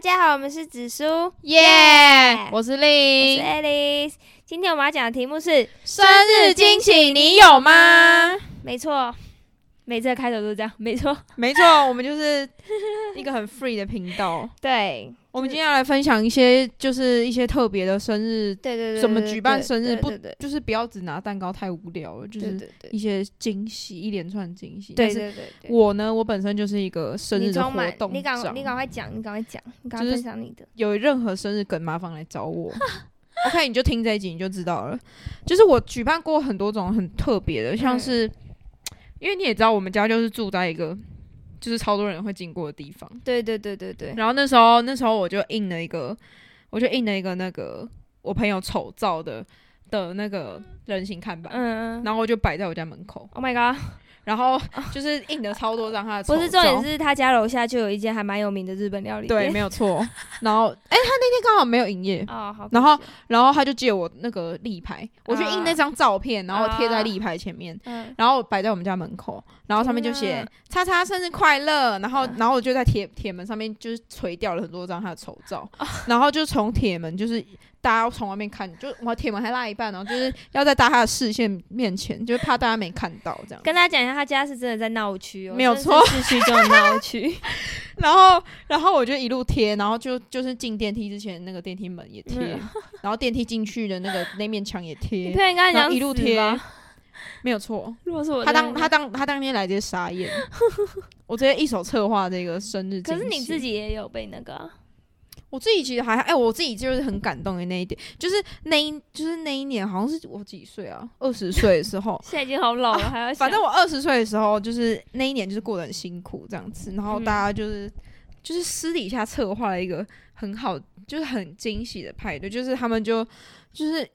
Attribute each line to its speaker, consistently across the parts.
Speaker 1: 家好，我们是紫苏，
Speaker 2: 耶、
Speaker 1: Yeah
Speaker 2: 我是
Speaker 1: 我是
Speaker 2: 令，
Speaker 1: Alice。今天我们要讲的题目是，
Speaker 2: 生日惊喜你有吗？
Speaker 1: 没错，每次的开头都是这样，没错，
Speaker 2: 没错，我们就是一个很 free 的频道。
Speaker 1: 对，
Speaker 2: 我们今天要来分享一些，就是一些特别的生日，
Speaker 1: 对对对，
Speaker 2: 怎么举办生日不
Speaker 1: 对对
Speaker 2: 就是不要只拿蛋糕，太无聊了，就
Speaker 1: 对对
Speaker 2: 是
Speaker 1: 对对
Speaker 2: 一些惊喜，一连串惊喜。但
Speaker 1: 对
Speaker 2: 是
Speaker 1: 对对对，
Speaker 2: 我呢，我本身就是一个生
Speaker 1: 你
Speaker 2: 日的
Speaker 1: 装
Speaker 2: 活
Speaker 1: 满，
Speaker 2: 动
Speaker 1: 你赶
Speaker 2: 长
Speaker 1: 你赶快讲，你赶快讲，你赶
Speaker 2: 就
Speaker 1: 快分
Speaker 2: 是
Speaker 1: 享你的，
Speaker 2: 有任何生日梗，麻烦来找我。OK，你就听这一集你就知道了。就是我举办过很多种很特别
Speaker 1: 嗯
Speaker 2: 的，像是、因为你也知道，我们家就是住在一个就是超多人会经过的地方。
Speaker 1: 对对对对对，
Speaker 2: 然后那时候那时候我就印了一个，我就印了一个那个我朋友丑照的的那个人形看板，
Speaker 1: 嗯嗯
Speaker 2: 然后我就摆在我家门口，
Speaker 1: ，Oh my god，然
Speaker 2: 然后就是印了超多张他的 丑
Speaker 1: 不
Speaker 2: 照。
Speaker 1: 是重点是他家楼下就有一间还蛮有名的日本料理
Speaker 2: 对，
Speaker 1: 店，
Speaker 2: 没有错。然后哎、他那天刚好没有营业，
Speaker 1: 哦好可惜哦，
Speaker 2: 然后然后他就借我那个立牌，我去印
Speaker 1: 啊
Speaker 2: 那张照片，然后贴在立牌前面，
Speaker 1: 嗯，
Speaker 2: 然后摆在我们家门口，然后上面就
Speaker 1: 天
Speaker 2: 写
Speaker 1: 啊
Speaker 2: “叉叉生日快乐”，然后
Speaker 1: 嗯
Speaker 2: 然后我就在铁铁门上面就是垂掉了很多张他的丑 照，
Speaker 1: 啊
Speaker 2: 然后就从铁门就是。大家从外面看，就我铁门还拉一半，然后就是要在大家的视线面前，就是怕大家没看到这样。
Speaker 1: 跟大家讲一下，他家是真的在闹区哦，
Speaker 2: 没有
Speaker 1: 真的
Speaker 2: 错
Speaker 1: 是市区中的闹区，
Speaker 2: 然后，然后我就一路贴，然后就就是进电梯之前那个电梯门也贴，
Speaker 1: 嗯
Speaker 2: 然后电梯进去的那个那面墙也 贴
Speaker 1: 你，朋友应该很
Speaker 2: 然后
Speaker 1: 想
Speaker 2: 一路
Speaker 1: 死
Speaker 2: 贴
Speaker 1: 吧，
Speaker 2: 没有错。
Speaker 1: 如果是我
Speaker 2: 他
Speaker 1: 在
Speaker 2: 当
Speaker 1: 那
Speaker 2: 他当他当天来直接 傻眼，我直接一手策划这个生日
Speaker 1: 可
Speaker 2: 惊喜。
Speaker 1: 是你自，己也有被那个啊、
Speaker 2: 我自己其实还哎、我自己就是很感动的那一点，就是那一就是那一年好像是我几岁啊，二十岁的时 候
Speaker 1: ，现在已经好老了，还要
Speaker 2: 啊反
Speaker 1: 想
Speaker 2: 正我二十岁的时候，就是那一年就是过得很辛苦这样子，然后
Speaker 1: 嗯
Speaker 2: 大家就是、就是私底下策划了一个很好，就是很惊喜的派对，就是他们就就是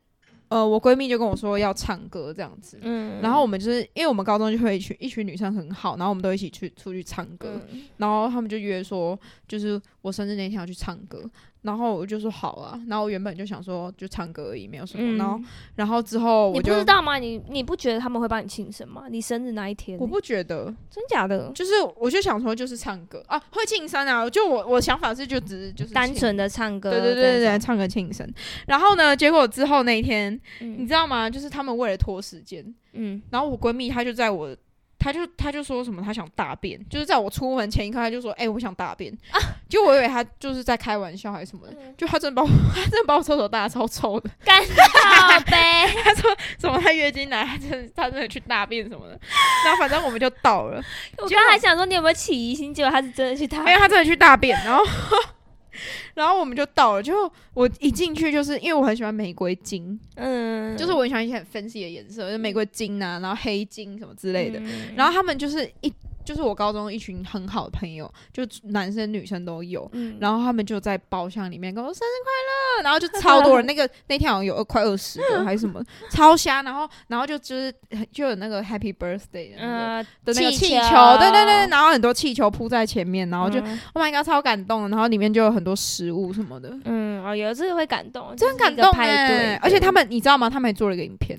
Speaker 2: 呃，我闺蜜就跟我说要唱歌这样子，
Speaker 1: 嗯
Speaker 2: 然后我们就是因为我们高中就会一群一群女生很好，然后我们都一起去出去唱歌，
Speaker 1: 嗯
Speaker 2: 然后他们就约说，就是我生日那天要去唱歌，然后我就说好啊，然后我原本就想说就唱歌而已，没有什么，
Speaker 1: 嗯
Speaker 2: 然后然后之后
Speaker 1: 你
Speaker 2: 我
Speaker 1: 不
Speaker 2: 就
Speaker 1: 知道吗？你你不觉得他们会帮你庆生吗？你生日那一天欸、
Speaker 2: 我不觉得，
Speaker 1: 真假的，
Speaker 2: 就是我就想说就是唱歌啊，会庆生啊，就我我想法是就只是就是
Speaker 1: 单
Speaker 2: 庆
Speaker 1: 纯的唱歌，
Speaker 2: 对对对对对，，唱个庆生，然后呢，结果之后那一天，你
Speaker 1: 嗯
Speaker 2: 知道吗？就是他们为了拖时间，
Speaker 1: 嗯，
Speaker 2: 然后我闺蜜她就在我，她就她就说什么她想大便，就是在我出门前一刻，她就说哎、我想大便，就我以为她就是在开玩笑还是什么的，就她真的把我 她真的把我厕所大得超臭的，
Speaker 1: 干掉呗，
Speaker 2: 她说什么她月经来，她真的她真的去大便什么的，然后反正我们就到了，
Speaker 1: 我刚才还想说你有没有起疑心，结果他是真的去打
Speaker 2: 因，为她真的去大便，然后。 然后我们就到了，就我一进去就是因为我很喜欢玫瑰金，
Speaker 1: 嗯，
Speaker 2: 就是我很喜欢一些很分析的颜色，就是玫瑰金啊，然后黑金什么之
Speaker 1: 之
Speaker 2: 类的。
Speaker 1: 嗯
Speaker 2: 然后他们就是一，就是我高中一群很好的朋友，就男生女生都有。
Speaker 1: 嗯
Speaker 2: 然后他们就在包厢里面跟我说生日快 乐，然后就超多人，那个那天好像有快二十个还是什么，超瞎。然后然后就就是就有那个 Happy Birthday 的那个、
Speaker 1: 呃，
Speaker 2: 的那个
Speaker 1: 气
Speaker 2: 气
Speaker 1: 球
Speaker 2: 球，对对对，然后很多气球铺在前面，然后就、
Speaker 1: 嗯
Speaker 2: Oh my God 超感动的，然后里面就有很多食物什么的，
Speaker 1: 嗯哦，有一次会感动，
Speaker 2: 真
Speaker 1: 就是
Speaker 2: 感
Speaker 1: 一个
Speaker 2: 动
Speaker 1: 派对
Speaker 2: 哎、，而且他
Speaker 1: 们
Speaker 2: 们，你知道吗？他们还做了一个影片，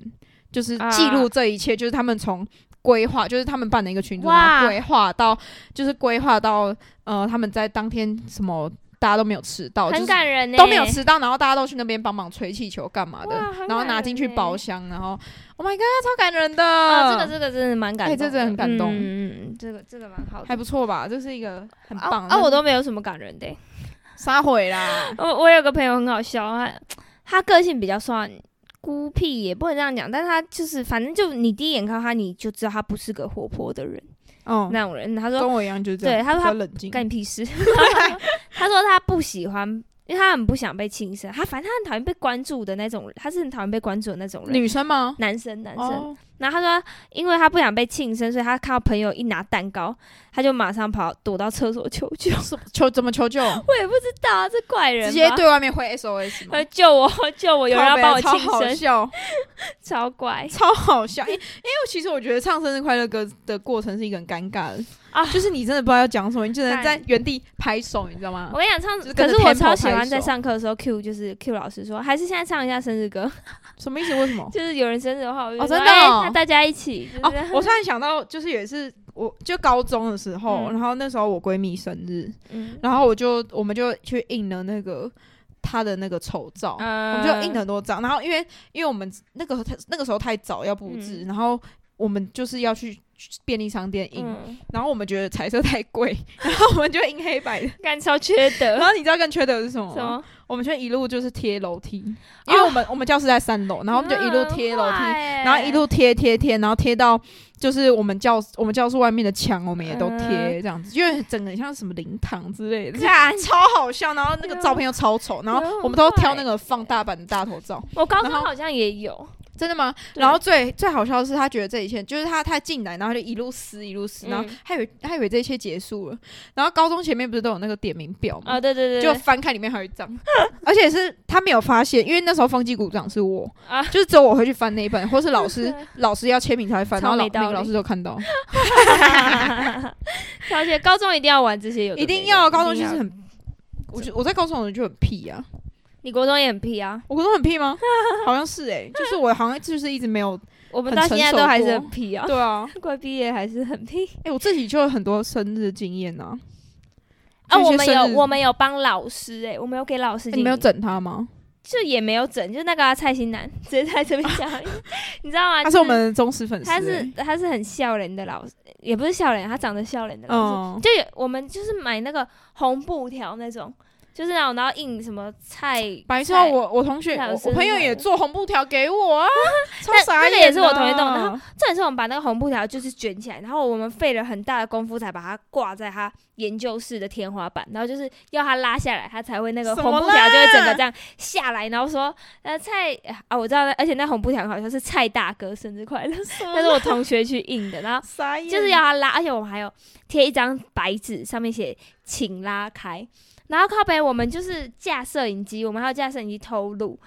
Speaker 2: 就是
Speaker 1: 啊
Speaker 2: 记录这一切，就是他们从规划，就是他们办的一个群组，
Speaker 1: 哇
Speaker 2: 然后规划到，就是规划到，呃，他们在当天什么大家都没有迟到，就
Speaker 1: 很
Speaker 2: 是
Speaker 1: 感人呢，欸
Speaker 2: 都没有迟到，然后大家都去那边帮忙吹气球干嘛的
Speaker 1: 哇很，
Speaker 2: 然后拿进去
Speaker 1: 感人欸
Speaker 2: 包厢，然后 Oh my God，超感人的，
Speaker 1: 啊，这个这个真的蛮感
Speaker 2: 嗯哎
Speaker 1: 动的，
Speaker 2: 这真的很感动
Speaker 1: 嗯嗯嗯，这个这个蛮好的，
Speaker 2: 还不错吧？这是一个很
Speaker 1: 啊
Speaker 2: 棒
Speaker 1: 啊，我都没有什么感人的欸、，
Speaker 2: 撒毁啦
Speaker 1: 我我有个朋友很好笑，他他个性比较算孤僻，也不能这样讲，但他就是反正就你第一眼看到他，你就知道他不是个活泼的人、
Speaker 2: 嗯，
Speaker 1: 那种人。他说
Speaker 2: 跟我一样就是这样，
Speaker 1: 对他说
Speaker 2: 比
Speaker 1: 他
Speaker 2: 较冷静，
Speaker 1: 干你屁 事， 他说他不喜欢，因为他很不想被轻视，他反正他很讨厌被关注的那种人，他是很讨厌被关注的那种人。
Speaker 2: 女生吗？
Speaker 1: 男生，男生，
Speaker 2: 哦，
Speaker 1: 然后他说，因为他不想被庆生，所以他看到朋友一拿蛋糕，他就马上跑躲到厕所求救。
Speaker 2: 什么求怎么求救？
Speaker 1: 我也不知道啊，这怪人吧
Speaker 2: 直接对外面挥 SOS 吗
Speaker 1: 呃，？救我，救我！有人要帮我庆
Speaker 2: 靠北超好
Speaker 1: 生，
Speaker 2: 笑，
Speaker 1: 超 怪。
Speaker 2: 超好笑。因因为其实我觉得唱生日快乐歌的过程是一个很尴尬的
Speaker 1: 啊
Speaker 2: 就是你真的不知道要讲什么，你只能
Speaker 1: 干
Speaker 2: 在原地拍手，你知道吗
Speaker 1: 我？跟你讲，唱，
Speaker 2: 就是
Speaker 1: 可
Speaker 2: 跟着
Speaker 1: 是我
Speaker 2: tempo
Speaker 1: 超喜欢
Speaker 2: 拍
Speaker 1: 在
Speaker 2: 手
Speaker 1: 上课的时候 Q，就是 Q 老师说，还是现在唱一下生日歌， ？
Speaker 2: 什么意思？为什么
Speaker 1: 就是有人生日的话，我就
Speaker 2: 哦
Speaker 1: 说
Speaker 2: 真的
Speaker 1: 哎
Speaker 2: 哦
Speaker 1: 那大家一起，就是
Speaker 2: 哦，我突然想到，就是有一次我就高中的时候，
Speaker 1: 嗯
Speaker 2: 然后那时候我闺蜜生日，
Speaker 1: 嗯，
Speaker 2: 然后我就我们就去印了那个她的那个丑照，哦
Speaker 1: 嗯
Speaker 2: 我们就印很多张。然后因为因为我们那个那个时候太早要布置，
Speaker 1: 嗯
Speaker 2: 然后我们就是要去去便利商店印，
Speaker 1: 嗯，
Speaker 2: 然后我们觉得彩色太贵， 然后我们就印黑白的。
Speaker 1: 干超缺
Speaker 2: 然
Speaker 1: 德，
Speaker 2: 后你知道更缺德的是什么
Speaker 1: 什
Speaker 2: 吗？
Speaker 1: 么？哦
Speaker 2: 我们就一路就是贴楼梯，因为我们、我们教室在三楼，然后我们
Speaker 1: 嗯
Speaker 2: 就一路贴楼梯，
Speaker 1: 然
Speaker 2: 然后一路贴贴贴，然后贴到就是我们教我们教室外面的墙，我们也都贴这样子，因为整个像什么灵堂之类的，
Speaker 1: 嗯看，
Speaker 2: 超好笑。然后那个照片又超丑，然后
Speaker 1: 有
Speaker 2: 我们都挑那个放大版的大头照，
Speaker 1: 我高中
Speaker 2: 然后
Speaker 1: 好像也有，
Speaker 2: 真的吗？
Speaker 1: 对
Speaker 2: 然后最最好笑的是，他觉得这一切就是他他进来，然后就一路撕一路撕，然后
Speaker 1: 嗯
Speaker 2: 他以为他以为这一切结束了。然后高中前面不是都有那个点名表吗
Speaker 1: 啊，？对对对，
Speaker 2: 就
Speaker 1: 对
Speaker 2: 翻开里面还有一张，而且是他没有发现，因为那时候风纪股长是我，
Speaker 1: 啊
Speaker 2: 就是只有我会去翻那一本，或是 老师老师要签名才会翻，然
Speaker 1: 超
Speaker 2: 后老
Speaker 1: 没
Speaker 2: 每
Speaker 1: 道理
Speaker 2: 个老师都看到，
Speaker 1: 而且高中一定要玩这些有的
Speaker 2: 一
Speaker 1: 没的，
Speaker 2: 定要高中就是
Speaker 1: 一定要
Speaker 2: 很，我觉我在高中我就很屁啊，
Speaker 1: 你国中也很屁啊，
Speaker 2: 我高中很屁 吗？好像是诶、就是我好像就是一直没有，
Speaker 1: 我们
Speaker 2: 很
Speaker 1: 到现
Speaker 2: 成
Speaker 1: 在
Speaker 2: 熟
Speaker 1: 都还是
Speaker 2: 过
Speaker 1: 很屁 啊，
Speaker 2: 对 啊，欸
Speaker 1: 快毕业还是很屁
Speaker 2: 诶、我自己就有很多生日经验呐、
Speaker 1: 啊。
Speaker 2: 就一
Speaker 1: 我
Speaker 2: 些
Speaker 1: 们
Speaker 2: 生
Speaker 1: 有
Speaker 2: 日
Speaker 1: 我们有帮老师哎，我们有给老师
Speaker 2: 欸
Speaker 1: 敬
Speaker 2: 你
Speaker 1: 礼，
Speaker 2: 没有整他吗？
Speaker 1: 就也没有整，就那个啊蔡欣南直接在这边 讲，你知道吗？
Speaker 2: 他
Speaker 1: 就是
Speaker 2: 我们的忠实粉丝、
Speaker 1: 他是
Speaker 2: 欸，
Speaker 1: 他是很笑脸的老师，也不是笑脸，他长得笑脸的老师。
Speaker 2: 嗯，
Speaker 1: 就有我们就是买那个红布条那种，就是那种然后印什么菜，
Speaker 2: 白痴啊！
Speaker 1: 菜
Speaker 2: 我我同学
Speaker 1: 老
Speaker 2: 我
Speaker 1: 师
Speaker 2: 我朋友也做红布条给我 啊，超
Speaker 1: 那
Speaker 2: 傻
Speaker 1: 那个
Speaker 2: 眼
Speaker 1: 也是我
Speaker 2: 的
Speaker 1: 同学弄的
Speaker 2: 啊
Speaker 1: 重点是我们把那个红布条就是卷起来，然后我们费了很大的功夫才把它挂在他研究室的天花板，然后就是要他拉下来，他才会那个
Speaker 2: 什
Speaker 1: 红
Speaker 2: 么
Speaker 1: 布条就会整个
Speaker 2: 啦
Speaker 1: 这样下来，然后说呃蔡啊我知道了，而且那红布条好像是蔡大哥生日 快乐，那是我同学去印的，然后
Speaker 2: 傻眼，
Speaker 1: 就是要他拉，而且我们还有贴一张白纸，上面写“请拉开”。然后靠北，我们就是架摄影机，我们还有架摄影机偷录。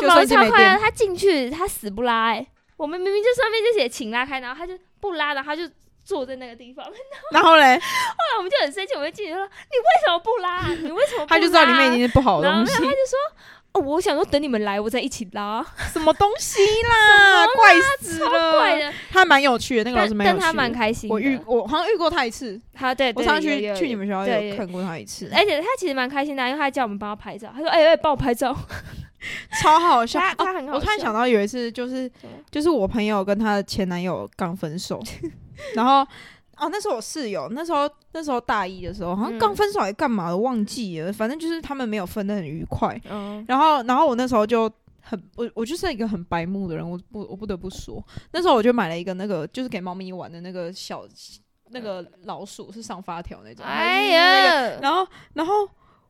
Speaker 2: 就
Speaker 1: 然后
Speaker 2: 算
Speaker 1: 你知道
Speaker 2: 是
Speaker 1: 吗？老师超
Speaker 2: 没
Speaker 1: 快乐，
Speaker 2: 电，
Speaker 1: 他进去他死不拉、欸，我们明明就上面就写“请拉开”，然后他就不拉，然后他就坐在那个地方。后
Speaker 2: 然后嘞，
Speaker 1: 来我们就很生气，我们就进去说：“你为什么不拉？啊你为什么不拉？”啊
Speaker 2: 他就知道里面已经是不好的
Speaker 1: 然后
Speaker 2: 东
Speaker 1: 没
Speaker 2: 西
Speaker 1: 有，，他就说。哦，我想说等你们来，我再一起拉，啊
Speaker 2: 什么东 西啦，怪死
Speaker 1: 超怪
Speaker 2: 了。
Speaker 1: 的。
Speaker 2: 他蛮有趣的，那啊个老师
Speaker 1: 但
Speaker 2: 蛮有
Speaker 1: 但
Speaker 2: 趣的。
Speaker 1: 他蛮开心的。
Speaker 2: 我遇我好像遇过他一次，
Speaker 1: 他对，
Speaker 2: 我
Speaker 1: 对
Speaker 2: 上次
Speaker 1: 有有
Speaker 2: 去
Speaker 1: 有哎
Speaker 2: 去你们学校
Speaker 1: 对
Speaker 2: 有看过他一次，
Speaker 1: 而且他其实蛮开心的啊，因为他叫我们帮他拍照，他说：“哎、哎，帮、我拍照。
Speaker 2: 超好笑。
Speaker 1: 他”
Speaker 2: 哦
Speaker 1: 他很好、
Speaker 2: 我突然想，到有一次，就是
Speaker 1: 什么
Speaker 2: 就是我朋友跟她的前男友刚分手， 然后哦那时候我室友，那时候那时候大一的时候，好像刚
Speaker 1: 嗯
Speaker 2: 分手还干嘛的忘记了，反正就是他们没有分得很愉快。
Speaker 1: 嗯，
Speaker 2: 然后，然后我那时候就很我我就是一个很白目的人，我不我不得不说，那时候我就买了一个那个就是给猫咪玩的那个小那个老鼠是上发条那种，
Speaker 1: 哎
Speaker 2: 它就是
Speaker 1: 呀，
Speaker 2: 那个，然后然后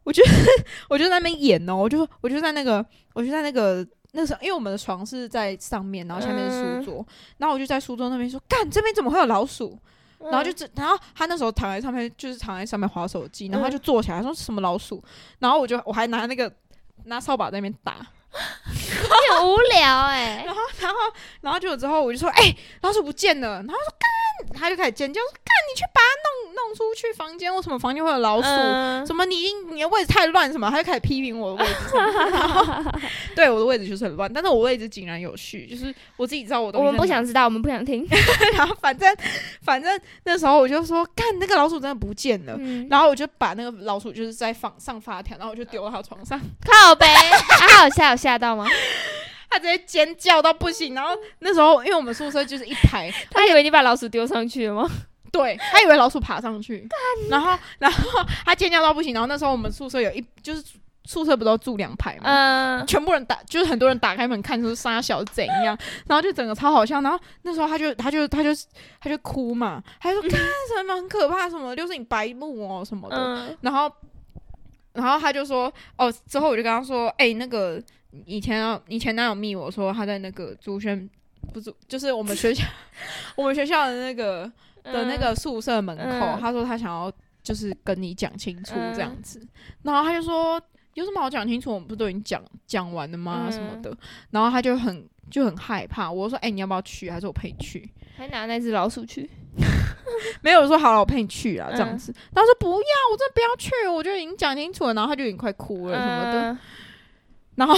Speaker 2: 我就 我就在那边演哦，我就我就在那个我就在那个。那时候，因为我们的床是在上面，然后下面是
Speaker 1: 嗯
Speaker 2: 书桌，然后我就在书桌那边说：“干，这边怎么会有老鼠？”然
Speaker 1: 嗯
Speaker 2: 后就这，然后他那时候躺在上面，就是躺在上面划手机，然后他就坐起来说什么老鼠，然后我就我还拿那个拿扫把在那边打，
Speaker 1: 有点无聊哎、
Speaker 2: 然后然后然后就之后我就说哎、老鼠不见了，然后他说干，他就开始尖叫说干你去把它弄弄出去房间，为什么房间会有老鼠？
Speaker 1: 嗯
Speaker 2: 什么你已经你的位置太乱什么？他就开始批评我的位置什么的， 然后对我的位置就是很乱，但是我位置井然有序，就是我自己知道我的。
Speaker 1: 我们不 想知道，我们不想听。
Speaker 2: 然后反正反正那时候我就说干那个老鼠真的不见了，
Speaker 1: 嗯、
Speaker 2: 然后我就把那个老鼠就是在放上发条，然后我就丢到他床上，
Speaker 1: 靠呗，啊，他有吓有吓 到吗？
Speaker 2: 他直接尖叫到不行。然后那时候因为我们宿舍就是一排，
Speaker 1: 他以为你把老鼠丢上去了吗？
Speaker 2: 对他以为老鼠爬 上去，然后 然后他尖叫到不行。然后那时候我们宿舍有一就是宿舍不都住两排嘛。
Speaker 1: 嗯，
Speaker 2: 全部人打就是很多人打开门看出沙小怎样，然后就整个超好笑。然后那时候他就他就他就他就哭嘛，他就说干什么很可怕什么，就是你白目哦什么的。
Speaker 1: 嗯，
Speaker 2: 然后，然后他就说，哦，之后我就跟他说，哎、那个以前要以前男友密我说他在那个朱轩，不是，就是我们学校 我们学校的那个的那个宿舍门口，
Speaker 1: 嗯
Speaker 2: 他说他想要就是跟你讲清楚这样子，然后他就说有什么好讲清楚，我们不都已经讲讲完了吗？
Speaker 1: 嗯
Speaker 2: 什么的，然后他就很就很害怕，我就说，哎、你要不要去？还是我陪你去？
Speaker 1: 嗯还拿那只老鼠去，
Speaker 2: 没有说好了，我陪你去啦，
Speaker 1: 嗯
Speaker 2: 这样子。 然后说不要，我真的不要去，我就已经讲清楚了，然后他就已经快哭了什么的。
Speaker 1: 嗯
Speaker 2: 然后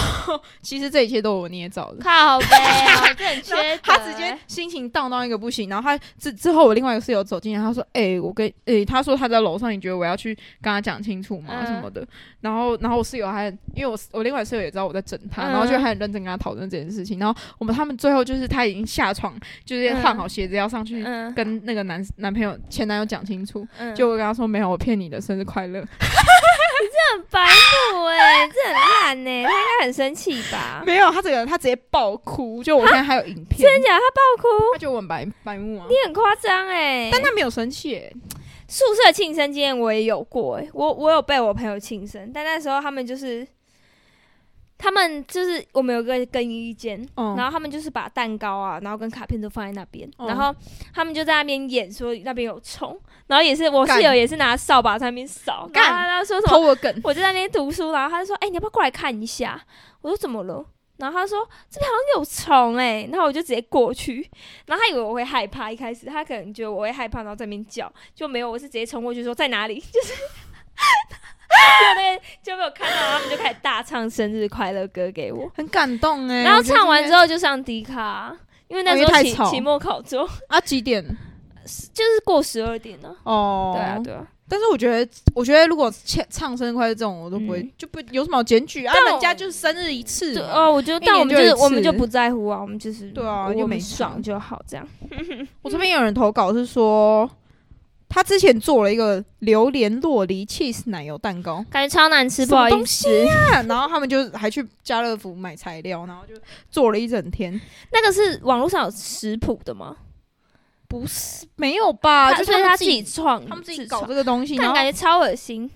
Speaker 2: 其实这一切都我捏造的。
Speaker 1: 靠背、哦，这很缺德
Speaker 2: 然
Speaker 1: 欸
Speaker 2: 后。他直接心情荡到一个不行，然后他之之后，我另外一个室友走进来，他说：“哎、我跟哎、他说他在楼上，你觉得我要去跟他讲清楚吗？
Speaker 1: 嗯
Speaker 2: 什么的。”然后，然后我室友还因为我我另外一个室友也知道我在整他，
Speaker 1: 嗯
Speaker 2: 然后就还很认真跟他讨论这件事情。然后我们他们最后就是他已经下床，就是
Speaker 1: 嗯
Speaker 2: 换好鞋子要上去
Speaker 1: 嗯
Speaker 2: 跟那个男男朋友前男友讲清楚，
Speaker 1: 嗯，
Speaker 2: 就我跟他说：“没有，我骗你的，生日快乐。”
Speaker 1: 很白目哎、这很烂哎、他应该很生气 吧？
Speaker 2: 没有，他这个人他直接爆哭，就我现在还有影片，
Speaker 1: 嗯真假？他爆哭，
Speaker 2: 他觉得我很白白目啊，
Speaker 1: 你很夸张哎！
Speaker 2: 但他没有生气、欸，
Speaker 1: 宿舍庆生经验我也有过哎、我我有被我朋友庆生，但那时候他们就是。他们就是我们有个更衣间，
Speaker 2: 嗯
Speaker 1: 然后他们就是把蛋糕啊，然后跟卡片都放在那边，
Speaker 2: 嗯
Speaker 1: 然后他们就在那边演说那边有虫，然后也是我室友
Speaker 2: 干
Speaker 1: 也是拿扫把在那边扫，
Speaker 2: 干
Speaker 1: 然后他说什么
Speaker 2: 偷我梗，
Speaker 1: 我就在那边读书，然后他就说：“哎、你要不要过来看一下？”我说：“怎么了？”然后他说：“这边好像有虫哎、然后我就直接过去，然后他以为我会害怕，一开始他可能觉得我会害怕，然后在那边叫，就没有，我是直接冲过去说在哪里， 就是就那个就被我看到，然后他们就开始大唱生日快乐歌给我，
Speaker 2: 很感动哎、
Speaker 1: 然后唱完之
Speaker 2: 后
Speaker 1: 后就上迪卡，因为那
Speaker 2: 哦因
Speaker 1: 时
Speaker 2: 为
Speaker 1: 候
Speaker 2: 太
Speaker 1: 期
Speaker 2: 吵
Speaker 1: 期末考周
Speaker 2: 啊几点？
Speaker 1: 就是过十二点了、
Speaker 2: 哦，
Speaker 1: 对啊，对啊，
Speaker 2: 但是我觉得，我觉得如果唱唱生日快乐这种，我都不会，
Speaker 1: 嗯
Speaker 2: 就不有什么好检举啊，
Speaker 1: 但我
Speaker 2: 人家就是生日一次
Speaker 1: 对
Speaker 2: 嘛，
Speaker 1: 哦，我觉得
Speaker 2: 一
Speaker 1: 但
Speaker 2: 年
Speaker 1: 我们
Speaker 2: 就
Speaker 1: 就是
Speaker 2: 一
Speaker 1: 我们就
Speaker 2: 次
Speaker 1: 不在乎啊，我们就是
Speaker 2: 对啊
Speaker 1: 我
Speaker 2: 又没
Speaker 1: 们
Speaker 2: 差
Speaker 1: 爽就好这样。”
Speaker 2: 我这边有人投稿是说。他之前做了一个榴莲洛梨 cheese 奶油蛋糕，
Speaker 1: 感觉超难吃，
Speaker 2: 什
Speaker 1: 不
Speaker 2: 么
Speaker 1: 好意
Speaker 2: 东
Speaker 1: 思。
Speaker 2: 看然后他们就还去家乐福买材料，然后就做了一整天。
Speaker 1: 那个是网络上有食谱的吗？
Speaker 2: 不是没有吧？
Speaker 1: 他
Speaker 2: 就是
Speaker 1: 所以
Speaker 2: 们
Speaker 1: 他
Speaker 2: 自
Speaker 1: 自己创，
Speaker 2: 他们自己
Speaker 1: 创
Speaker 2: 搞这个东西，然
Speaker 1: 但
Speaker 2: 后
Speaker 1: 感觉超恶心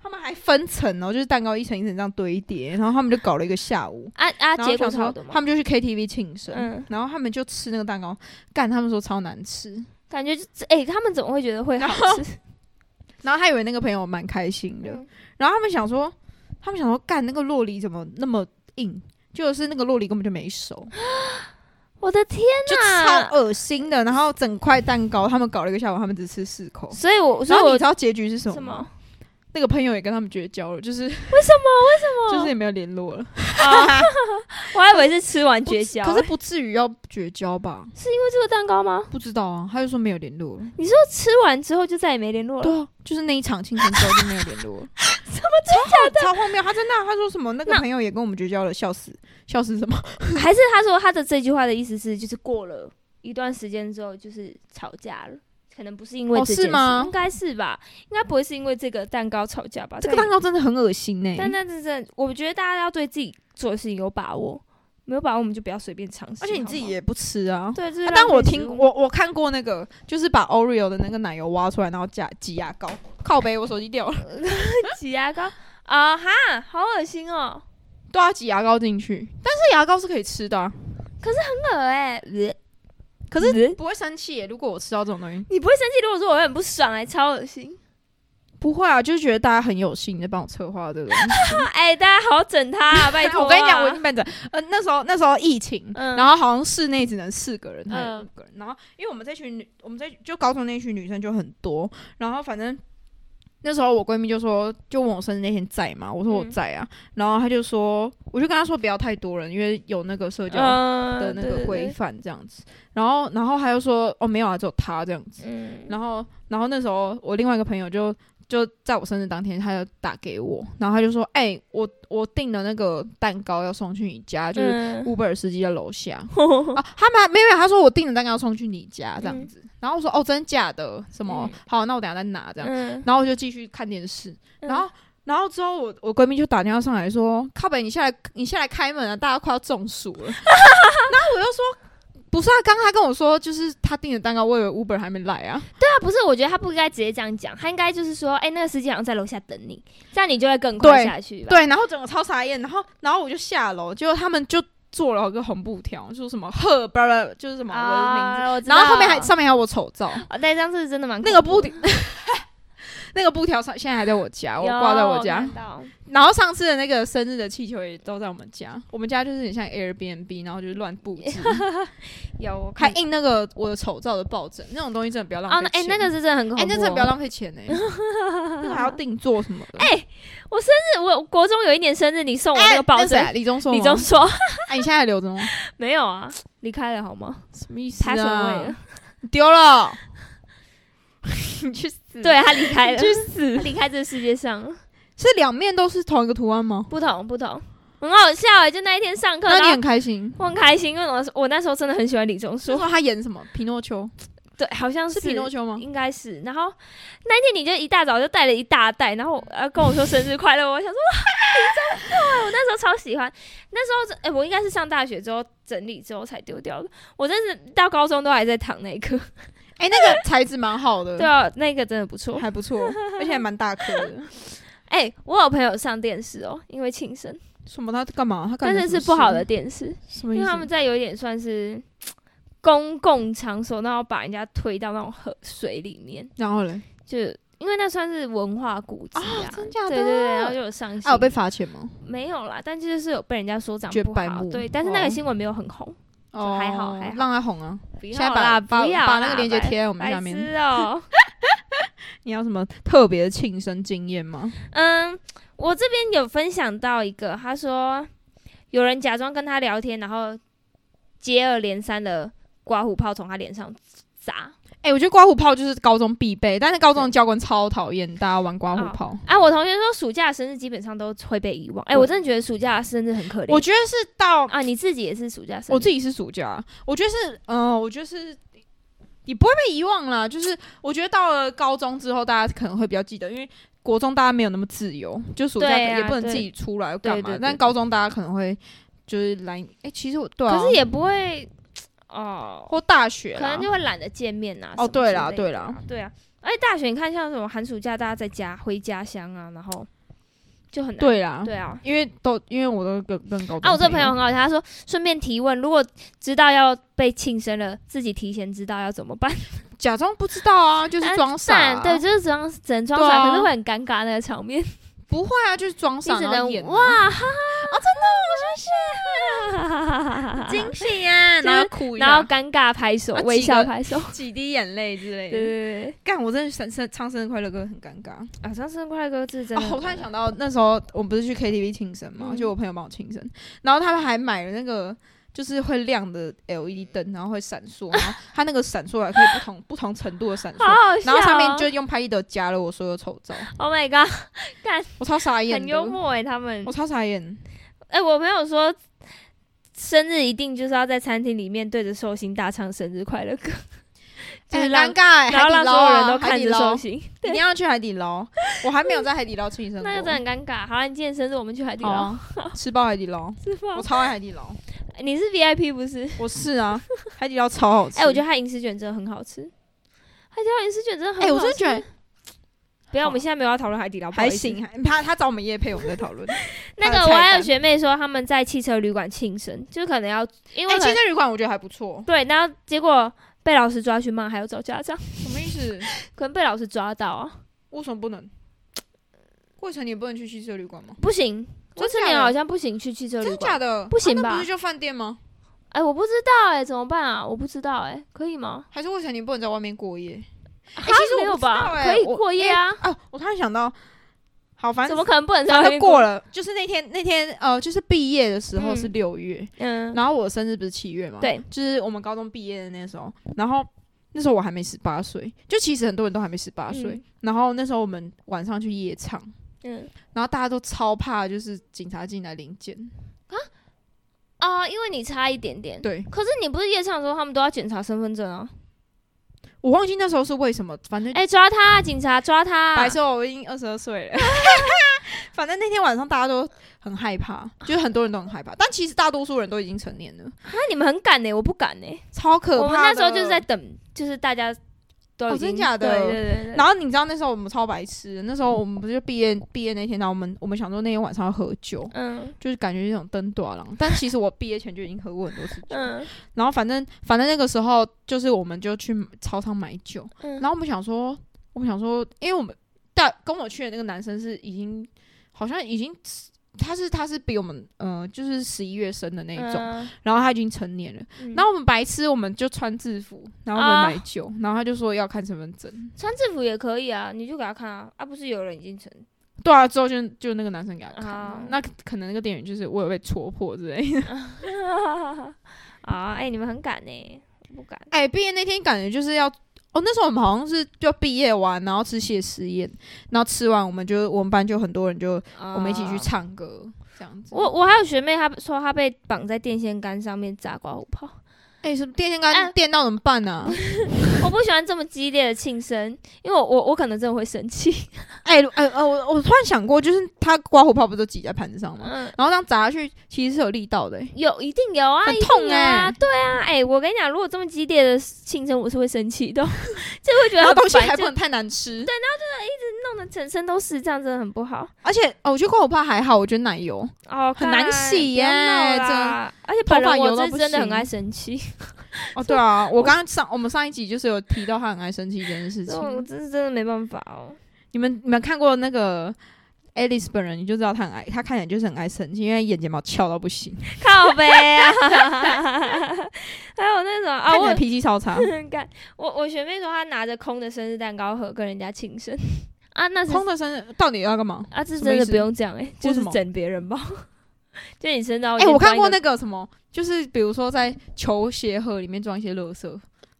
Speaker 2: 他们还分层哦，就是蛋糕一层一层这样堆叠，然后他们就搞了一个下午。
Speaker 1: 啊啊！
Speaker 2: 然后
Speaker 1: 结果
Speaker 2: 想
Speaker 1: 是好
Speaker 2: 说
Speaker 1: 的吗
Speaker 2: 他？们就去 KTV 庆生，
Speaker 1: 嗯
Speaker 2: 然后他们就吃那个蛋糕，干他们说超难吃，
Speaker 1: 感觉就是哎，他们怎么会觉得会好吃？
Speaker 2: 然后他以为那个朋友蛮开心的，
Speaker 1: 嗯
Speaker 2: 然后他们想说，他们想说干那个洛梨怎么那么硬，就是那个洛梨根本就没熟，
Speaker 1: 我的天
Speaker 2: 就
Speaker 1: 哪
Speaker 2: 超！恶心的。然后整块蛋糕他们搞了一个下午，他们只吃四口，
Speaker 1: 所以我，所
Speaker 2: 然
Speaker 1: 以
Speaker 2: 后你
Speaker 1: 我
Speaker 2: 知道结局是什么
Speaker 1: 什
Speaker 2: 吗？
Speaker 1: 么？
Speaker 2: 那个朋友也跟他们绝交了，就是为什么？为什 么？就是也没有联络了。
Speaker 1: 哦 我还以为是吃完绝交，
Speaker 2: 可是不至于要绝交吧？
Speaker 1: 是因为这个蛋糕吗？
Speaker 2: 不知道啊，他就说没有联络了。
Speaker 1: 你说吃完之后就再也没联络了？
Speaker 2: 对啊，就是那一场庆生之后就没有联络了。 什么真假的？超荒谬！他真的啊，他说什么那个
Speaker 1: 那
Speaker 2: 朋友也跟我们绝交了，笑死，笑死什么？
Speaker 1: 还是他说他的这句话的意思是，就是过了一段时间之后，就是吵架了，可能不是因为
Speaker 2: 哦
Speaker 1: 这件事，
Speaker 2: 是吗嗯
Speaker 1: 应该是吧？应该不会是因为这个蛋糕吵架吧？
Speaker 2: 这个
Speaker 1: 但
Speaker 2: 蛋糕真的很恶心欸呢、
Speaker 1: 但那真正，我觉得大家要对自己做的事情有把握，没有把握我们就不要随便尝试。
Speaker 2: 而且你自己也不吃啊
Speaker 1: 好不。好对，就是
Speaker 2: 啊
Speaker 1: 浪费食物、
Speaker 2: 但我听我我看过那个，就是把 Oreo 的那个奶油挖出来，然后加挤牙膏。靠北，我手机掉了。
Speaker 1: 挤牙膏啊、哈，好恶心哦，
Speaker 2: 对啊，挤牙膏进去，但是牙膏是可以吃的啊、
Speaker 1: 很恶
Speaker 2: 欸
Speaker 1: 哎、
Speaker 2: 呃可是
Speaker 1: 呃
Speaker 2: 不会生气耶、如果我吃到这种东西，
Speaker 1: 你不会生气？如果说我会很不爽哎、超恶心
Speaker 2: 不会啊，就是觉得大家很有心在帮我策划这个东西。
Speaker 1: 啊！哎、大家好好整他、啊，拜托、啊！
Speaker 2: 我跟你讲，我已经办整，呃，那时候那时候疫情，
Speaker 1: 嗯
Speaker 2: 然后好像室内只能四个人，还有
Speaker 1: 嗯
Speaker 2: 五个人。然后因为我们这群女，我们这就高中那群女生就很多，然后反正。那时候我闺蜜就说，就问我生日那天在吗？我说我
Speaker 1: 嗯
Speaker 2: 在啊，然后她就说，我就跟她说不要太多人，因为有那个社交
Speaker 1: 嗯
Speaker 2: 的那
Speaker 1: 对
Speaker 2: 个
Speaker 1: 对
Speaker 2: 规
Speaker 1: 对
Speaker 2: 范这样子。然后，然后她就说，哦没有啊，只有她这样子。
Speaker 1: 嗯，
Speaker 2: 然后，然后那时候我另外一个朋友就就在我生日当天，他就打给我，然后他就说：“哎、我我订了那个蛋糕要送去你家，就是
Speaker 1: 嗯 哦
Speaker 2: Uber 司机在楼下、啊。”他们还没有没有，他说我订的蛋糕要送去你家这
Speaker 1: 嗯
Speaker 2: 样子。然后我说：“哦，真假的？什么？好，那我等一下再拿这样。
Speaker 1: 嗯，
Speaker 2: 然后我就继续看电视，
Speaker 1: 嗯
Speaker 2: 然后。然后之后我，我闺蜜就打电话上来说：“靠北，你下来，你下来开门啊，大家快要中暑 了。”然后我就说：“不是啊，刚刚她跟我说，就是她订的蛋糕，我以为 Uber 还没来啊。”
Speaker 1: 那不是，我觉得他不应该直接这样讲，他应该就是说，哎、那个司机好像在楼下等你，这样你就会更快
Speaker 2: 对
Speaker 1: 下去吧。，
Speaker 2: 对，然后整个超傻眼，然后然后我就下楼，结果他们就做了一个红布条，说什么呵，巴拉，就是什么我的名字，
Speaker 1: 啊，我知
Speaker 2: 然后后面
Speaker 1: 道
Speaker 2: 还上面还有我丑照，
Speaker 1: 哦那张是真的蛮
Speaker 2: 那个
Speaker 1: 恐怖
Speaker 2: 布
Speaker 1: 的
Speaker 2: 条，那个布条上现在还在我家，我
Speaker 1: 有
Speaker 2: 挂在我家
Speaker 1: 看。到
Speaker 2: 然后上次的那个生日的气球也都在我们家，我们家就是很像 Airbnb，然后就是乱布 置，
Speaker 1: 有我
Speaker 2: 还
Speaker 1: 看
Speaker 2: 印那个我的丑照的抱枕，那种东西真的不要浪
Speaker 1: 啊，
Speaker 2: 费
Speaker 1: 哎那
Speaker 2: 钱。
Speaker 1: 哎、那个是真的很恐怖、哦
Speaker 2: 哎、那真的不要浪费钱 呢、那个还要定做什么的？哎、
Speaker 1: 是我国中有一年生日，你送我哎那个抱
Speaker 2: 那谁
Speaker 1: 枕，
Speaker 2: 啊李钟硕吗，
Speaker 1: 你就说
Speaker 2: 哎、你现在还留着吗？
Speaker 1: 没有啊，离开了好吗？
Speaker 2: 什么意思
Speaker 1: 他所谓
Speaker 2: 啊
Speaker 1: 了？，
Speaker 2: 你丢了，你 去死！
Speaker 1: 对他离开了，
Speaker 2: 去
Speaker 1: 死，离开这个世界上了，
Speaker 2: 是两面都是同一个图案吗？
Speaker 1: 不同不同，很好笑哎、就那一天上课，
Speaker 2: 那
Speaker 1: 然
Speaker 2: 你
Speaker 1: 后
Speaker 2: 很开心。
Speaker 1: 我很开心，因为我我那时候真的很喜欢李钟
Speaker 2: 说
Speaker 1: 硕，
Speaker 2: 说他演什么？皮诺丘
Speaker 1: 对，好像
Speaker 2: 是皮诺丘吗？
Speaker 1: 应该是。然后那一天你就一大早就带了一大袋，然后呃跟我说生日快乐，我想说哇，李宗硕，我那时候超喜欢。那时候哎、我应该是上大学之后整理之后才丢掉的，我真是到高中都还在躺那一颗。
Speaker 2: 哎、那个材质蛮好的，
Speaker 1: 对啊，那个真的不错。
Speaker 2: 还不 错，而且还蛮大颗的。
Speaker 1: 哎、我有朋友上电视哦，因为庆生，
Speaker 2: 什么？他干嘛？他干
Speaker 1: 但
Speaker 2: 了
Speaker 1: 是
Speaker 2: 什么
Speaker 1: 是不好
Speaker 2: 事
Speaker 1: 的，电视，
Speaker 2: 什么
Speaker 1: 因
Speaker 2: 意
Speaker 1: 为
Speaker 2: 思？
Speaker 1: 他们在有一点算是。公共场所，然后把人家推到那种河水里面，
Speaker 2: 然后嘞，
Speaker 1: 就因为那算是文化古迹啊，
Speaker 2: 哦真假的
Speaker 1: 对对对，然后就有上新闻。
Speaker 2: 啊，有被罚钱吗？
Speaker 1: 没有啦，但就是有被人家说长
Speaker 2: 觉得
Speaker 1: 不
Speaker 2: 白
Speaker 1: 好，
Speaker 2: 目
Speaker 1: 对，但是那
Speaker 2: 哦
Speaker 1: 个新闻没有很红，
Speaker 2: 哦，
Speaker 1: 还好还好
Speaker 2: 让他红啊！
Speaker 1: 不
Speaker 2: 现在
Speaker 1: 要
Speaker 2: 把
Speaker 1: 啦，
Speaker 2: 把
Speaker 1: 不要啦
Speaker 2: 把那个链接
Speaker 1: 白
Speaker 2: 贴在我们
Speaker 1: 白
Speaker 2: 下面。
Speaker 1: 痴哦，
Speaker 2: 你要什么特别的庆生经验吗？
Speaker 1: 嗯，我这边有分享到一个，他说有人假装跟他聊天，然后接二连三的刮胡泡从他脸上砸。
Speaker 2: 哎、我觉得刮胡泡就是高中必备，但是高中的教官超讨厌大家玩刮胡
Speaker 1: 哦
Speaker 2: 泡。
Speaker 1: 啊，我同学说暑假的生日基本上都会被遗忘。哎、
Speaker 2: 对
Speaker 1: 我真的觉得暑假的生日很可怜。
Speaker 2: 我觉得是到
Speaker 1: 啊，你自己也是暑假生日，
Speaker 2: 我自己是暑假，我觉得是，嗯、我觉得是。也不会被遗忘啦，就是我觉得到了高中之后，大家可能会比较记得，因为国中大家没有那么自由，就暑假
Speaker 1: 对啊
Speaker 2: 也不能
Speaker 1: 对
Speaker 2: 自己出来干
Speaker 1: 对对
Speaker 2: 嘛。
Speaker 1: 对
Speaker 2: 但高中大家可能会就是来，哎、其实我对啊，
Speaker 1: 可是也不会哦，
Speaker 2: 或大学啦
Speaker 1: 可能就会懒得见面呐、啊。
Speaker 2: 哦
Speaker 1: 什么
Speaker 2: 对
Speaker 1: 之
Speaker 2: 啦
Speaker 1: 类
Speaker 2: 对
Speaker 1: 的
Speaker 2: 啦
Speaker 1: 啊，对啊。而且大学你看，像什么寒暑假大家在家回家乡啊，然后就很难。
Speaker 2: 对啦，
Speaker 1: 对啊。
Speaker 2: 因为都因为我都跟跟高中
Speaker 1: 啊，我这个朋友很好笑，他说顺便提问，如果知道要被庆生了，自己提前知道要怎么办？
Speaker 2: 假装不知道啊，就是
Speaker 1: 啊
Speaker 2: 装 傻、
Speaker 1: 但对，就是装只能装
Speaker 2: 对
Speaker 1: 傻，
Speaker 2: 啊
Speaker 1: 可是会很尴尬那个场 面，你
Speaker 2: 不会啊，就是装傻，
Speaker 1: 只
Speaker 2: 然后演
Speaker 1: 能
Speaker 2: 啊
Speaker 1: 哇哈哈，哦，真的，我说是
Speaker 2: 喜 啊
Speaker 1: 然后
Speaker 2: 哭
Speaker 1: 然后尴尬拍手
Speaker 2: 啊，
Speaker 1: 微
Speaker 2: 几
Speaker 1: 笑
Speaker 2: 个
Speaker 1: 拍手，
Speaker 2: 几滴眼泪之类
Speaker 1: 对对对对，
Speaker 2: 干，我真的生生唱生日快乐歌很尴尬。
Speaker 1: 啊，上生日快乐歌是真的
Speaker 2: 哦，我
Speaker 1: 很
Speaker 2: 突然
Speaker 1: 尴尬，
Speaker 2: 想到那时候我们不是去 KTV 庆生嘛，
Speaker 1: 嗯
Speaker 2: 就我朋友帮我庆生，然后他们还买了那个。就是会亮的 LED 灯，然后会闪烁，然后它那个闪烁还可以不同 不同程度的闪
Speaker 1: 好
Speaker 2: 烁，
Speaker 1: 好笑
Speaker 2: 然
Speaker 1: 哦，
Speaker 2: 后上面就用拍立得加了我所有丑照，
Speaker 1: Oh my god，
Speaker 2: 我超傻眼
Speaker 1: 很
Speaker 2: 的
Speaker 1: 幽，默哎、他们
Speaker 2: 我。超傻眼。
Speaker 1: 哎、我朋友说，生日一定就是要在餐厅里面对着寿星大唱生日快乐 歌，就是
Speaker 2: 哎很
Speaker 1: 让、
Speaker 2: 尴尬哎，
Speaker 1: 欸然后
Speaker 2: 海底
Speaker 1: 让
Speaker 2: 捞
Speaker 1: 所有人都
Speaker 2: 啊，海
Speaker 1: 看
Speaker 2: 底
Speaker 1: 着寿
Speaker 2: 捞，
Speaker 1: 星，
Speaker 2: 一定要去海底捞。我还没有在海底捞庆生过，
Speaker 1: 那就真的很尴尬。好啊了，你今天生日我们去海底
Speaker 2: 好
Speaker 1: 捞
Speaker 2: 啊， 吃爆海底捞，
Speaker 1: 吃饭
Speaker 2: 我。超爱海 底捞，
Speaker 1: 你是 VIP 不是？
Speaker 2: 我是啊，海底捞超好吃。
Speaker 1: 哎、我觉得它饮食卷真的很好吃，海底捞饮食卷真的很好
Speaker 2: 哎，
Speaker 1: 吃。
Speaker 2: 我真的觉得
Speaker 1: 不要，
Speaker 2: 好
Speaker 1: 我们现在没有要讨论海底捞，不好
Speaker 2: 还
Speaker 1: 意思。
Speaker 2: 行，还他他找我们叶配，我们再讨论。哎、
Speaker 1: 那
Speaker 2: 它
Speaker 1: 个
Speaker 2: 的
Speaker 1: 我
Speaker 2: 菜
Speaker 1: 还有
Speaker 2: 单
Speaker 1: 学妹说他们在汽车旅馆庆生，就可能要 因为可
Speaker 2: 哎其
Speaker 1: 能、
Speaker 2: 实这旅馆我觉得还不错，
Speaker 1: 对，然后结果被老师抓去骂，还有找家长，
Speaker 2: 什么意思？
Speaker 1: 可能被老师抓到啊。
Speaker 2: 为什么不能？桂城你不能去汽车旅馆吗？
Speaker 1: 不行，未
Speaker 2: 真
Speaker 1: 成
Speaker 2: 假
Speaker 1: 年
Speaker 2: 的
Speaker 1: 好像不行去汽车旅
Speaker 2: 真
Speaker 1: 馆
Speaker 2: 假。的？
Speaker 1: 不行吧
Speaker 2: 啊那不是就饭店吗？
Speaker 1: 哎、我不知道哎、怎么办啊？我不知道哎、可以吗？
Speaker 2: 还是魏晨你不能在外面过夜？
Speaker 1: 啊
Speaker 2: 其实我
Speaker 1: 没有
Speaker 2: 不知道
Speaker 1: 吧？
Speaker 2: 哎
Speaker 1: 可以
Speaker 2: 我
Speaker 1: 过夜啊？
Speaker 2: 哦、我突然想到，好，反
Speaker 1: 怎
Speaker 2: 正
Speaker 1: 么可能不能在
Speaker 2: 反
Speaker 1: 外
Speaker 2: 正
Speaker 1: 面
Speaker 2: 过？了，就是那天那天呃，就是毕业的时候
Speaker 1: 嗯
Speaker 2: 是六月，
Speaker 1: 嗯，
Speaker 2: 然后我生日不是七月嘛？
Speaker 1: 对，
Speaker 2: 就是我们高中毕业的那时候，然后那时候我还没十八岁，就其实很多人都还没十八岁
Speaker 1: 嗯。
Speaker 2: 然后那时候我们晚上去夜唱，
Speaker 1: 嗯
Speaker 2: 然后大家都超怕，就是警察进来临检。
Speaker 1: 啊、因为你差一点点。
Speaker 2: 对
Speaker 1: 可是你不是夜唱的时候，他们都要检查身份证啊？
Speaker 2: 我忘记那时候是为什么，反正
Speaker 1: 哎、抓他、啊，警察抓他、啊！
Speaker 2: 白色我已经二十二岁 了。反正那天晚上大家都很害怕，就是很多人都很害怕，但其实大多数人都已经成年了，
Speaker 1: 啊，你们很敢呢、我不敢呢、
Speaker 2: 超可怕的。
Speaker 1: 我们那时候就是在等，就是大家都已
Speaker 2: 哦
Speaker 1: 经、
Speaker 2: 真假的
Speaker 1: 对对对对。
Speaker 2: 然后你知道那时候我们超白痴的，那时候我们不是毕业毕业那天，然后我们我们想说那天晚上要喝酒，
Speaker 1: 嗯
Speaker 2: 就是感觉这种灯短郎，但其实我毕业前就已经喝过很多次酒。
Speaker 1: 嗯
Speaker 2: 然后反正反正那个时候就是我们就去超商买酒，
Speaker 1: 嗯
Speaker 2: 然后我们想说，我们想说，因为我们但跟我去的那个男生是已经好像已经他是他是比我们呃就是十一月生的那一种，
Speaker 1: 嗯
Speaker 2: 然后他已经成年了。
Speaker 1: 嗯
Speaker 2: 然后我们白痴，我们就穿制服，然后我们
Speaker 1: 啊
Speaker 2: 买酒，然后他就说要看身份证。
Speaker 1: 穿制服也可以啊，你就给他看啊，啊不是有人已经成，
Speaker 2: 对啊，之后就就那个男生给他看啊，
Speaker 1: 啊
Speaker 2: 那可能那个店员就是我有被戳破之类的。
Speaker 1: 啊，哎、你们很敢呢、我不敢，
Speaker 2: 哎，毕业那天感觉就是要。哦，那时候我们好像是就毕业完，然后吃谢师宴，然后吃完我们就我们班就很多人就、我们一起去
Speaker 1: 啊
Speaker 2: 唱歌这样子。
Speaker 1: 我我还有学妹，她说她被绑在电线杆上面炸刮胡 泡。
Speaker 2: 哎、什么电线杆
Speaker 1: 哎
Speaker 2: 电到怎么办呢、啊？
Speaker 1: 我不喜欢这么激烈的庆生，因为我我我可能真的会生气。
Speaker 2: 哎、呃呃，我我突然想过，就是他刮胡泡不是都挤在盘子上吗？
Speaker 1: 嗯，
Speaker 2: 然后这样砸下去，其实是有力 道的、欸。
Speaker 1: 有一定有啊，
Speaker 2: 很
Speaker 1: 一定
Speaker 2: 痛
Speaker 1: 有啊
Speaker 2: 欸
Speaker 1: 对啊，哎、我跟你讲，如果这么激烈的庆生，我是会生气 的，就会觉得
Speaker 2: 然后
Speaker 1: 很
Speaker 2: 东西
Speaker 1: 烦，
Speaker 2: 还不
Speaker 1: 就
Speaker 2: 能太难吃。对，
Speaker 1: 弄得整身都是，这样真的很不好，
Speaker 2: 而且哦，我觉得刮胡泡还好，我觉得奶油，
Speaker 1: 哦，
Speaker 2: 很难
Speaker 1: 干
Speaker 2: 洗
Speaker 1: 不要
Speaker 2: 耶
Speaker 1: 闹啦而且
Speaker 2: 头
Speaker 1: 本
Speaker 2: 发
Speaker 1: 人
Speaker 2: 油
Speaker 1: 我
Speaker 2: 到
Speaker 1: 是
Speaker 2: 不
Speaker 1: 真的很
Speaker 2: 行
Speaker 1: 爱生气，
Speaker 2: 哦，对 啊，我刚刚上我们上一集就是有提到他很爱生气这件事
Speaker 1: 这 我
Speaker 2: 情。
Speaker 1: 真是真的没办法哦。
Speaker 2: 你们你们看过那个 Alice 本人，你就知道他很爱，他看起来就是很爱生气，因为眼睫毛翘到不行，
Speaker 1: 靠背 啊，还有那种啊，
Speaker 2: 看起
Speaker 1: 我
Speaker 2: 来脾气超 差。
Speaker 1: 干我我学妹说她拿着空的生日蛋糕盒跟人家庆生啊，那是
Speaker 2: 空的生日到底要干嘛？
Speaker 1: 啊，这
Speaker 2: 什么
Speaker 1: 真
Speaker 2: 意
Speaker 1: 的
Speaker 2: 思
Speaker 1: 不用讲哎、就
Speaker 2: 为
Speaker 1: 是
Speaker 2: 什么
Speaker 1: 整别人吧。 就你身上，
Speaker 2: 哎、我看过那个什么，就是比如说在球鞋盒里面装一些垃 圾，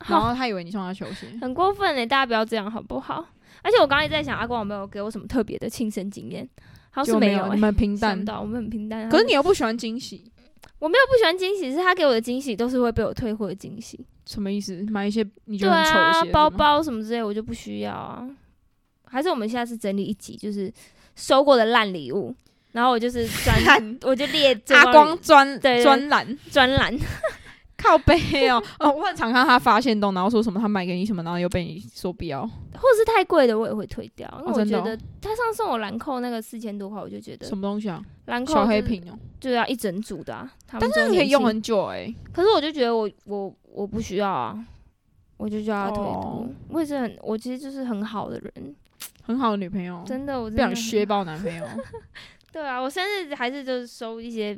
Speaker 2: 然
Speaker 1: 好
Speaker 2: 后他以为你送他球鞋。
Speaker 1: 很过分哎、大家不要这样好不好？而且我刚刚也在想，阿光有没有给我什么特别的亲身经验？好像
Speaker 2: 就是没
Speaker 1: 有哎、
Speaker 2: 你们平淡
Speaker 1: 想。到我们很平淡。啊
Speaker 2: 可是你又不喜欢惊喜，
Speaker 1: 我没有不喜欢惊喜，是他给我的惊喜都是会被我退货的惊喜。
Speaker 2: 什么意思？买一些你觉
Speaker 1: 对
Speaker 2: 得很丑的
Speaker 1: 啊
Speaker 2: 鞋，子
Speaker 1: 包
Speaker 2: 吗，
Speaker 1: 包什么之类我就不需要啊。还是我们下次整理一集，就是收过的烂礼物，然后我就是专，我就列这
Speaker 2: 阿
Speaker 1: 方
Speaker 2: 光专
Speaker 1: 对对
Speaker 2: 专栏
Speaker 1: 专栏。
Speaker 2: 靠背哦。哦，我很常看他发现动，然后说什么他买给你什么，然后又被你说不要，
Speaker 1: 或是太贵的我也会退掉，因为
Speaker 2: 哦
Speaker 1: 我
Speaker 2: 真的
Speaker 1: 觉
Speaker 2: 哦
Speaker 1: 得他上次送我兰蔻那个四千多块，我就觉得
Speaker 2: 什么东西啊？
Speaker 1: 兰蔻
Speaker 2: 小黑
Speaker 1: 就是
Speaker 2: 瓶哦，
Speaker 1: 就要一整组的、啊，但
Speaker 2: 那
Speaker 1: 是
Speaker 2: 个可以用，很久哎、
Speaker 1: 可是我就觉得我我我不需要啊，我就叫他退货
Speaker 2: 哦。
Speaker 1: 我也是很，我其实就是很好的人，
Speaker 2: 很好的女朋友，
Speaker 1: 真的，我
Speaker 2: 不
Speaker 1: 真
Speaker 2: 想
Speaker 1: 的
Speaker 2: 削爆男朋友。
Speaker 1: 对啊，我生日还是就是收一些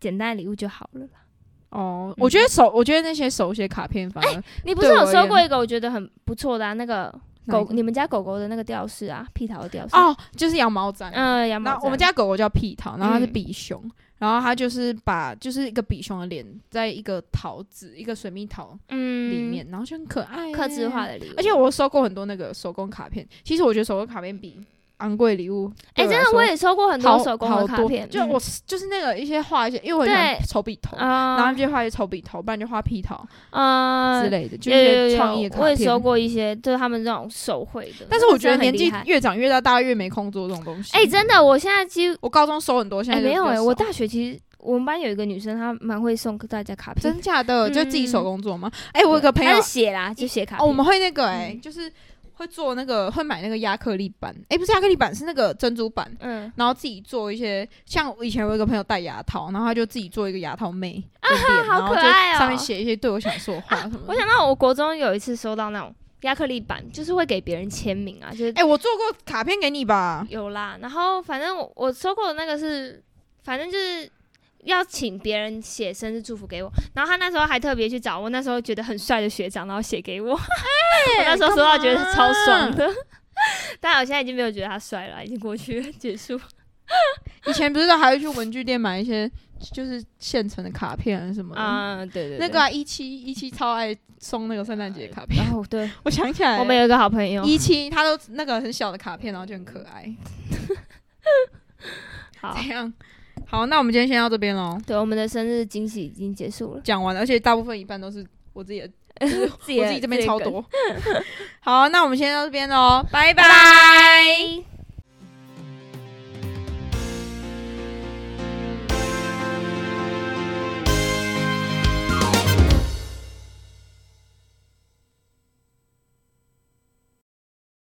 Speaker 1: 简单的礼物就好了啦。
Speaker 2: 哦，我觉得手，我觉得那些手写卡片反而、
Speaker 1: 你不是
Speaker 2: 对我
Speaker 1: 有
Speaker 2: 而
Speaker 1: 收过
Speaker 2: 言
Speaker 1: 一个我觉得很不错的、啊、那个
Speaker 2: 哪一
Speaker 1: 狗，
Speaker 2: 个
Speaker 1: 你们家狗狗的那个吊饰啊，屁桃的吊饰。，
Speaker 2: 哦，就是羊毛毡，
Speaker 1: 嗯，羊毛
Speaker 2: 然
Speaker 1: 毡。
Speaker 2: 后我们家狗狗叫屁桃，然后它是
Speaker 1: 嗯
Speaker 2: 比熊，然后它就是把就是一个比熊的脸在一个桃子一个水蜜桃
Speaker 1: 嗯
Speaker 2: 里面，然后就很可爱、
Speaker 1: 刻字化。的礼物，
Speaker 2: 而且我收过很多那个手工卡片，其实我觉得手工卡片比昂贵礼物
Speaker 1: 哎、
Speaker 2: 对我
Speaker 1: 真
Speaker 2: 来
Speaker 1: 的，
Speaker 2: 说
Speaker 1: 我也收过很多
Speaker 2: 好
Speaker 1: 手工
Speaker 2: 好
Speaker 1: 的
Speaker 2: 多
Speaker 1: 卡片，嗯
Speaker 2: 就我就是那个一些画一些，因为我很喜欢
Speaker 1: 对
Speaker 2: 抽笔头，然
Speaker 1: 啊
Speaker 2: 后就画一些抽笔头，不然就画屁桃
Speaker 1: 啊
Speaker 2: 之类的，就
Speaker 1: 有
Speaker 2: 是一
Speaker 1: 有
Speaker 2: 些
Speaker 1: 有
Speaker 2: 创意的
Speaker 1: 我
Speaker 2: 卡
Speaker 1: 也收
Speaker 2: 片。
Speaker 1: 过一些，就是他们这种手绘的。
Speaker 2: 但是我觉得
Speaker 1: 真的很
Speaker 2: 年
Speaker 1: 厉
Speaker 2: 纪
Speaker 1: 害
Speaker 2: 越长越大，大家越没空做这种东西。
Speaker 1: 哎、真的，我现在几乎
Speaker 2: 我高中收很多，现
Speaker 1: 哎、
Speaker 2: 在就
Speaker 1: 没
Speaker 2: 比
Speaker 1: 有
Speaker 2: 较
Speaker 1: 哎、我
Speaker 2: 少
Speaker 1: 大学其实我们班有一个女生，她蛮会送大家卡片，
Speaker 2: 真假的，就自己手
Speaker 1: 嗯
Speaker 2: 工做吗？哎、我有个朋友
Speaker 1: 她是写啦，就写卡片。
Speaker 2: 哦，我们会那个哎、
Speaker 1: 嗯
Speaker 2: 就是会做那个会买那个亚克力板，哎、不是亚克力板，是那个珍珠板。
Speaker 1: 嗯，
Speaker 2: 然后自己做一些，像我以前我有一个朋友戴牙套，然后他就自己做一个牙套妹的脸，
Speaker 1: 啊好
Speaker 2: 然后
Speaker 1: 可
Speaker 2: 就
Speaker 1: 爱哦啊
Speaker 2: 上面写一些对我想说的话什么
Speaker 1: 我
Speaker 2: 的。
Speaker 1: 想到我国中有一次收到那种亚克力板，就是会给别人签名啊，就是
Speaker 2: 哎、我做过卡片给你吧？
Speaker 1: 有啦。然后反正我我收过的那个是，反正就是要请别人写生日祝福给我。然后他那时候还特别去找我那时候觉得很帅的学长，然后写给我。
Speaker 2: 哎
Speaker 1: 我那时候收到觉得是超爽的。但我现在已经没有觉得他帅了，已经过去了，结 束。
Speaker 2: 以前不是都还会去文具店买一些就是现成的卡片什么的。
Speaker 1: 啊、对对对
Speaker 2: 那个一七一七超爱送那个圣诞节卡片，
Speaker 1: 哦，对，
Speaker 2: 我想起来了，
Speaker 1: 我们有一个好朋友，
Speaker 2: 一七他都那个很小的卡片，然后就很可爱。
Speaker 1: 好，
Speaker 2: 怎样？好，那我们今天先到这边喽，
Speaker 1: 对，我们的生日惊喜已经结束了，
Speaker 2: 讲完了，而且大部分一半都是我自己的，
Speaker 1: 自
Speaker 2: 我
Speaker 1: 的
Speaker 2: 自己这边超，
Speaker 1: 的梗
Speaker 2: 多。好，那我们先到这边喽，拜拜
Speaker 1: 拜拜。